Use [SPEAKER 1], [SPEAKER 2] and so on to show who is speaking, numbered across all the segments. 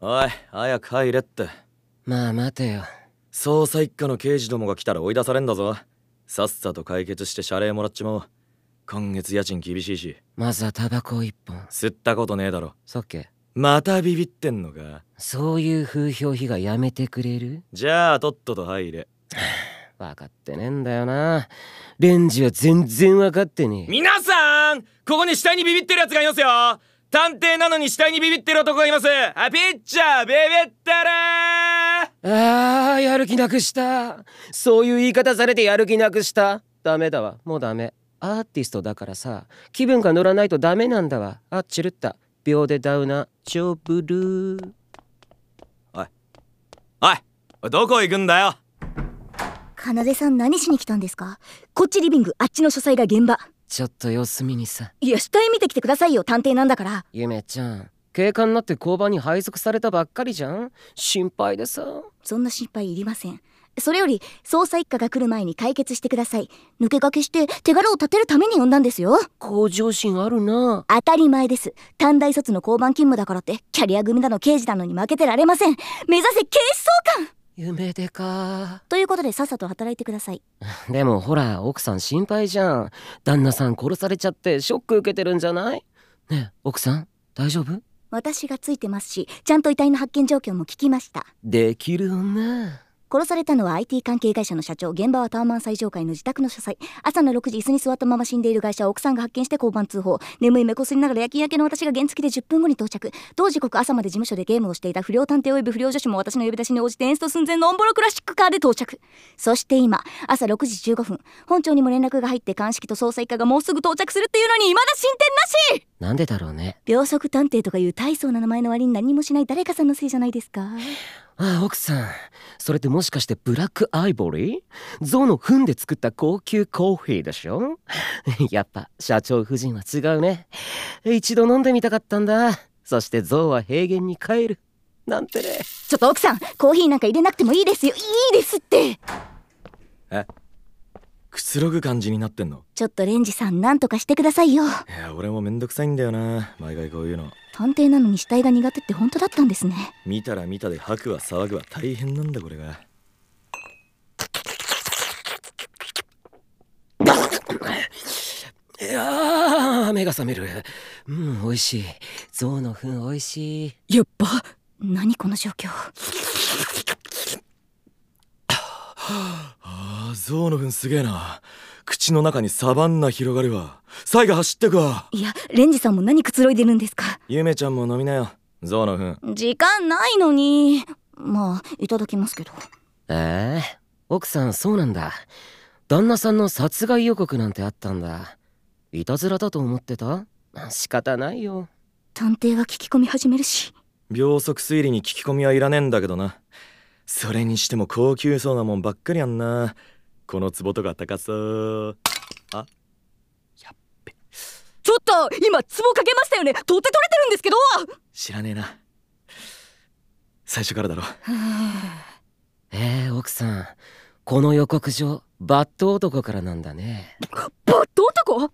[SPEAKER 1] おい早く入れって
[SPEAKER 2] まあ待てよ
[SPEAKER 1] 捜査一課の刑事どもが来たら追い出されんだぞさっさと解決して謝礼もらっちまおう今月家賃厳しいし
[SPEAKER 2] まずはタバコ一本
[SPEAKER 1] 吸ったことねえだろ
[SPEAKER 2] そっけ
[SPEAKER 1] またビビってんのか
[SPEAKER 2] そういう風評被害やめてくれる
[SPEAKER 1] じゃあとっとと入れ
[SPEAKER 2] 分かってねえんだよなレンジは全然分かってねえ
[SPEAKER 1] 皆さんここに死体にビビってる奴がいますよ探偵なのに死体にビビってる男がいますあピッチャービビったら
[SPEAKER 2] あーやる気なくしたそういう言い方されてやる気なくしたダメだわもうダメアーティストだからさ気分が乗らないとダメなんだわあチルった秒でダウナーチョブルー
[SPEAKER 1] おいどこ行くんだよ
[SPEAKER 3] 奏さん何しに来たんですかこっちリビングあっちの書斎が現場
[SPEAKER 2] ちょっと様子見にさ
[SPEAKER 3] いや死体見てきてくださいよ探偵なんだから
[SPEAKER 2] ゆめちゃん警官になって交番に配属されたばっかりじゃん心配でさ
[SPEAKER 3] そんな心配いりませんそれより捜査一課が来る前に解決してください抜け駆けして手柄を立てるために呼んだんですよ
[SPEAKER 2] 向上心あるな
[SPEAKER 3] 当たり前です短大卒の交番勤務だからってキャリア組だの刑事だのに負けてられません目指せ警視総監
[SPEAKER 2] 夢でか
[SPEAKER 3] ということでさっさと働いてください
[SPEAKER 2] でもほら奥さん心配じゃん旦那さん殺されちゃってショック受けてるんじゃないねえ奥さん大丈夫
[SPEAKER 3] 私がついてますしちゃんと遺体の発見状況も聞きました
[SPEAKER 2] できる女
[SPEAKER 3] 殺されたのは IT 関係会社の社長現場はタワマン最上階の自宅の書斎朝の6時椅子に座ったまま死んでいる会社を奥さんが発見して交番通報眠い目こすりながら夜勤明けの私が原付で10分後に到着同時刻朝まで事務所でゲームをしていた不良探偵及び不良女子も私の呼び出しに応じて演出寸前のオンボロクラシックカーで到着そして今朝6時15分本庁にも連絡が入って鑑識と捜査一課がもうすぐ到着するっていうのに未だ進展なし
[SPEAKER 2] なんでだろうね
[SPEAKER 3] 秒速探偵とかいう大層な名前の割に何もしない誰かさんのせいじゃないですか
[SPEAKER 2] ああ奥さんそれってもしかしてブラックアイボリー象の糞で作った高級コーヒーでしょ やっぱ社長夫人は違うね一度飲んでみたかったんだそして象は平原に帰るなんてね
[SPEAKER 3] ちょっと奥さんコーヒーなんか入れなくてもいいですよいいですって
[SPEAKER 1] くつろぐ感じになってんの
[SPEAKER 3] ちょっとレンジさん何とかしてくださいよ
[SPEAKER 1] いや俺もめんどくさいんだよな毎回こういうの
[SPEAKER 3] 探偵なのに死体が苦手って本当だったんですね
[SPEAKER 1] 見たら見たで吐くわ騒ぐわ大変なんだこれが
[SPEAKER 2] いやー目が覚めるうん美味しい象の糞美味しい
[SPEAKER 3] やっぱ何この状況
[SPEAKER 1] ああ象の糞すげえな口の中にサバンナ広がるわサイが走ってくわ
[SPEAKER 3] いやレンジさんも何くつろいでるんですか
[SPEAKER 1] ゆめちゃんも飲みなよ象の糞
[SPEAKER 3] 時間ないのにまあいただきますけど
[SPEAKER 2] ええ奥さんそうなんだ旦那さんの殺害予告なんてあったんだいたずらだと思ってた仕方ないよ
[SPEAKER 3] 探偵は聞き込み始めるし
[SPEAKER 1] 秒速推理に聞き込みはいらねえんだけどなそれにしても高級そうなもんばっかりやんなこの壺とか高そう
[SPEAKER 3] ちょっと今ツボかけましたよね取って取れてるんです けど
[SPEAKER 1] 知らねえな最初からだろ
[SPEAKER 2] ええ奥さんこの予告状バット男からなんだね
[SPEAKER 3] バッド男本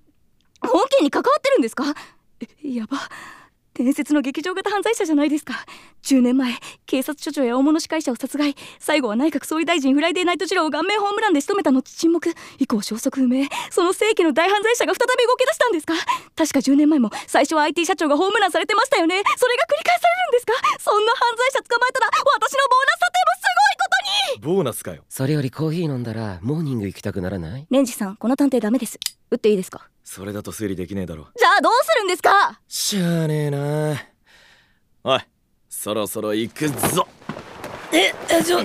[SPEAKER 3] 件に関わってるんですかえやば伝説の劇場型犯罪者じゃないですか10年前警察署長や大物司会者を殺害最後は内閣総理大臣フライデーナイト二郎を顔面ホームランで仕留めた後沈黙以降消息不明その世紀の大犯罪者が再び動き出したんですか確か10年前も最初は IT 社長がホームランされてましたよねそれが繰り返されるんですかそんな犯罪者捕まえたら私のボーナス査定もすごいことに
[SPEAKER 1] ボーナスかよ
[SPEAKER 2] それよりコーヒー飲んだらモーニング行きたくならない
[SPEAKER 3] レンジさんこの探偵ダメです打っていいですか
[SPEAKER 1] それだと推理できねえだろ
[SPEAKER 3] じゃあどうするんですか
[SPEAKER 1] しゃあねえなおいそろそろ行くぞ
[SPEAKER 2] ええちょ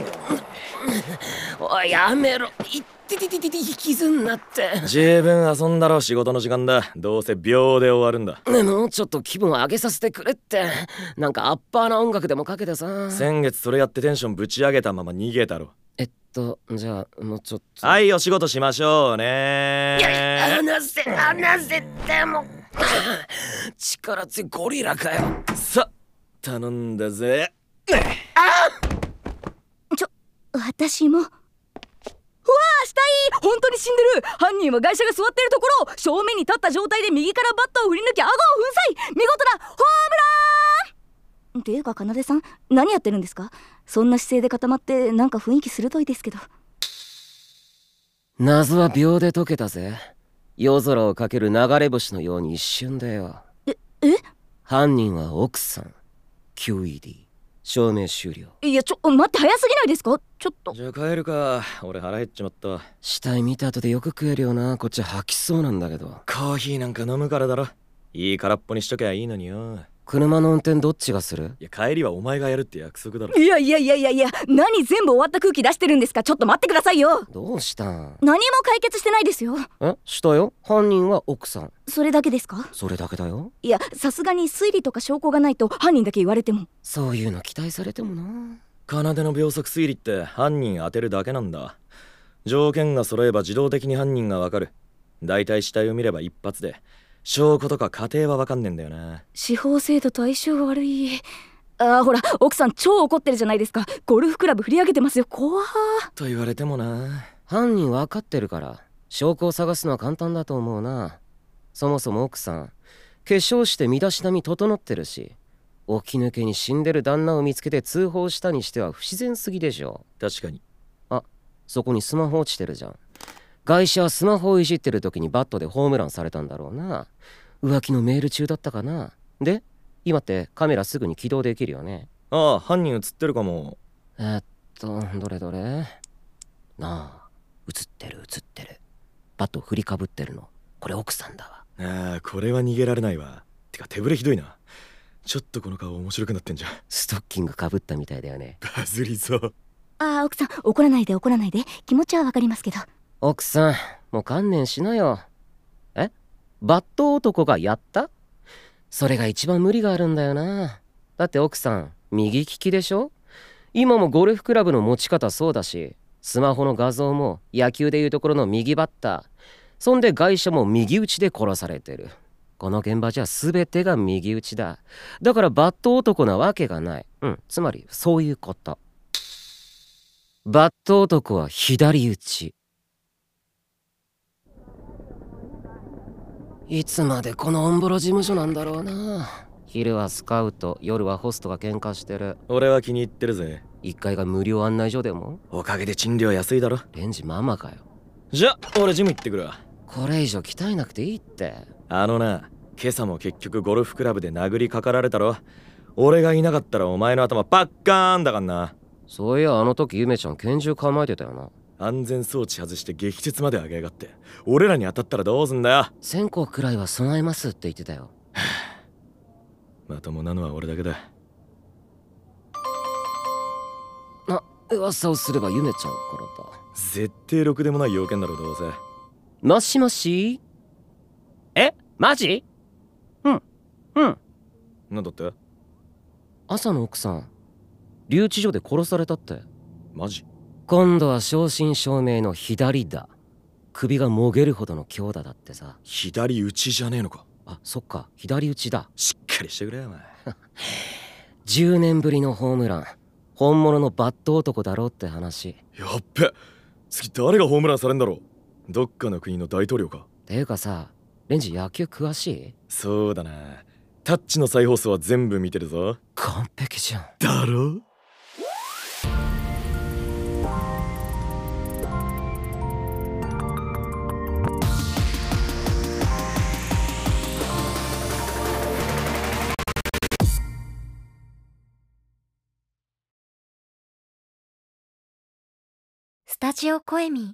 [SPEAKER 2] おいやめろいってててて引きずんなって
[SPEAKER 1] 十分遊んだろ仕事の時間だどうせ秒で終わるんだ
[SPEAKER 2] ねえもうちょっと気分上げさせてくれってなんかアッパーな音楽でもかけてさ
[SPEAKER 1] 先月それやってテンションぶち上げたまま逃げたろ
[SPEAKER 2] えっとじゃあもうちょっと
[SPEAKER 1] はいお仕事しましょうね
[SPEAKER 2] いやいや離せ離せってもう 力強いゴリラかよ
[SPEAKER 1] さ頼んだぜ
[SPEAKER 3] 私もうわあ死体本当に死んでる犯人は外車が座っているところを正面に立った状態で右からバットを振り抜き顎を粉砕見事なホームラていうか奏さん何やってるんですかそんな姿勢で固まってなんか雰囲気鋭いですけど
[SPEAKER 2] 謎は秒で解けたぜ夜空をかける流れ星のように一瞬だよ
[SPEAKER 3] え
[SPEAKER 2] 犯人は奥さん QED 証明終了
[SPEAKER 3] いやちょ待って早すぎないですかちょっと
[SPEAKER 1] じゃあ帰るか俺腹減っちまった
[SPEAKER 2] 死体見た後でよく食えるよなこっち吐きそうなんだけど
[SPEAKER 1] コーヒーなんか飲むからだろいい空っぽにしときゃいいのによ
[SPEAKER 2] 車の運転どっちがする
[SPEAKER 1] いや帰りはお前がやるって約束だろ
[SPEAKER 3] いやいやいやいやいや何全部終わった空気出してるんですかちょっと待ってくださいよ
[SPEAKER 2] どうしたん
[SPEAKER 3] 何も解決してないですよ
[SPEAKER 2] えしたよ犯人は奥さん
[SPEAKER 3] それだけですか
[SPEAKER 2] それだけだよ
[SPEAKER 3] いやさすがに推理とか証拠がないと犯人だけ言われても
[SPEAKER 2] そういうの期待されてもな
[SPEAKER 1] 奏の秒速推理って犯人当てるだけなんだ条件が揃えば自動的に犯人がわかる大体死体を見れば一発で証拠とか過程はわかんねえんだよな
[SPEAKER 3] 司法制度と相性が悪いあーほら奥さん超怒ってるじゃないですかゴルフクラブ振り上げてますよ怖ー
[SPEAKER 1] と言われてもな
[SPEAKER 2] 犯人分かってるから証拠を探すのは簡単だと思うなそもそも奥さん化粧して身だしなみ整ってるし起き抜けに死んでる旦那を見つけて通報したにしては不自然すぎでしょ
[SPEAKER 1] 確かに
[SPEAKER 2] そこにスマホ落ちてるじゃん外車はスマホをいじってる時にバットでホームランされたんだろうな浮気のメール中だったかなで今ってカメラすぐに起動できるよね
[SPEAKER 1] ああ犯人映ってるかも
[SPEAKER 2] えーっとどれどれなあ映ってる映ってるバット振りかぶってるのこれ奥さんだわ
[SPEAKER 1] ああこれは逃げられないわてか手ぶれひどいなちょっとこの顔面白くなってんじゃん
[SPEAKER 2] ストッキングかぶったみたいだよね
[SPEAKER 1] バズりそう
[SPEAKER 3] あー奥さん怒らないで怒らないで気持ちはわかりますけど
[SPEAKER 2] 奥さんもう観念しなよえバット男がやったそれが一番無理があるんだよなだって奥さん右利きでしょ今もゴルフクラブの持ち方そうだしスマホの画像も野球でいうところの右バッターそんで外車も右打ちで殺されてるこの現場じゃ全てが右打ちだだからバット男なわけがないうんつまりそういうことバット男は左打ちいつまでこのオンボロ事務所なんだろうな昼はスカウト夜はホストが喧嘩してる
[SPEAKER 1] 俺は気に入ってるぜ
[SPEAKER 2] 1階が無料案内所でも
[SPEAKER 1] おかげで賃料安いだろ
[SPEAKER 2] レンジママかよ
[SPEAKER 1] じゃ俺ジム行ってくるわ
[SPEAKER 2] これ以上鍛えなくていいって
[SPEAKER 1] あのな今朝も結局ゴルフクラブで殴りかかられたろ俺がいなかったらお前の頭パッカーンだかんな
[SPEAKER 2] そういやあの時ゆめちゃん拳銃構えてたよな
[SPEAKER 1] 安全装置外して激鉄まで上げやがって俺らに当たったらどうすんだよ
[SPEAKER 2] 線香くらいは備えますって言ってたよ
[SPEAKER 1] まともなのは俺だけだ
[SPEAKER 2] な噂をすればゆめちゃんからだ
[SPEAKER 1] 絶対ろくでもない要件だろどうせ
[SPEAKER 2] もしもしえマジうんうん
[SPEAKER 1] なんだって
[SPEAKER 2] 朝の奥さん留置所で殺されたって
[SPEAKER 1] マジ
[SPEAKER 2] 今度は正真正銘の左だ首がもげるほどの強打だってさ
[SPEAKER 1] 左打ちじゃねえのか
[SPEAKER 2] あそっか左打ちだ
[SPEAKER 1] しっかりしてくれよお前
[SPEAKER 2] 10年ぶりのホームラン本物のバット男だろうって話
[SPEAKER 1] やっべ次誰がホームランされんだろうどっかの国の大統領か
[SPEAKER 2] ていうかさレンジ野球詳しい
[SPEAKER 1] そうだなタッチの再放送は全部見てるぞ
[SPEAKER 2] 完璧じゃん
[SPEAKER 1] だろ
[SPEAKER 4] スタジオ声ミー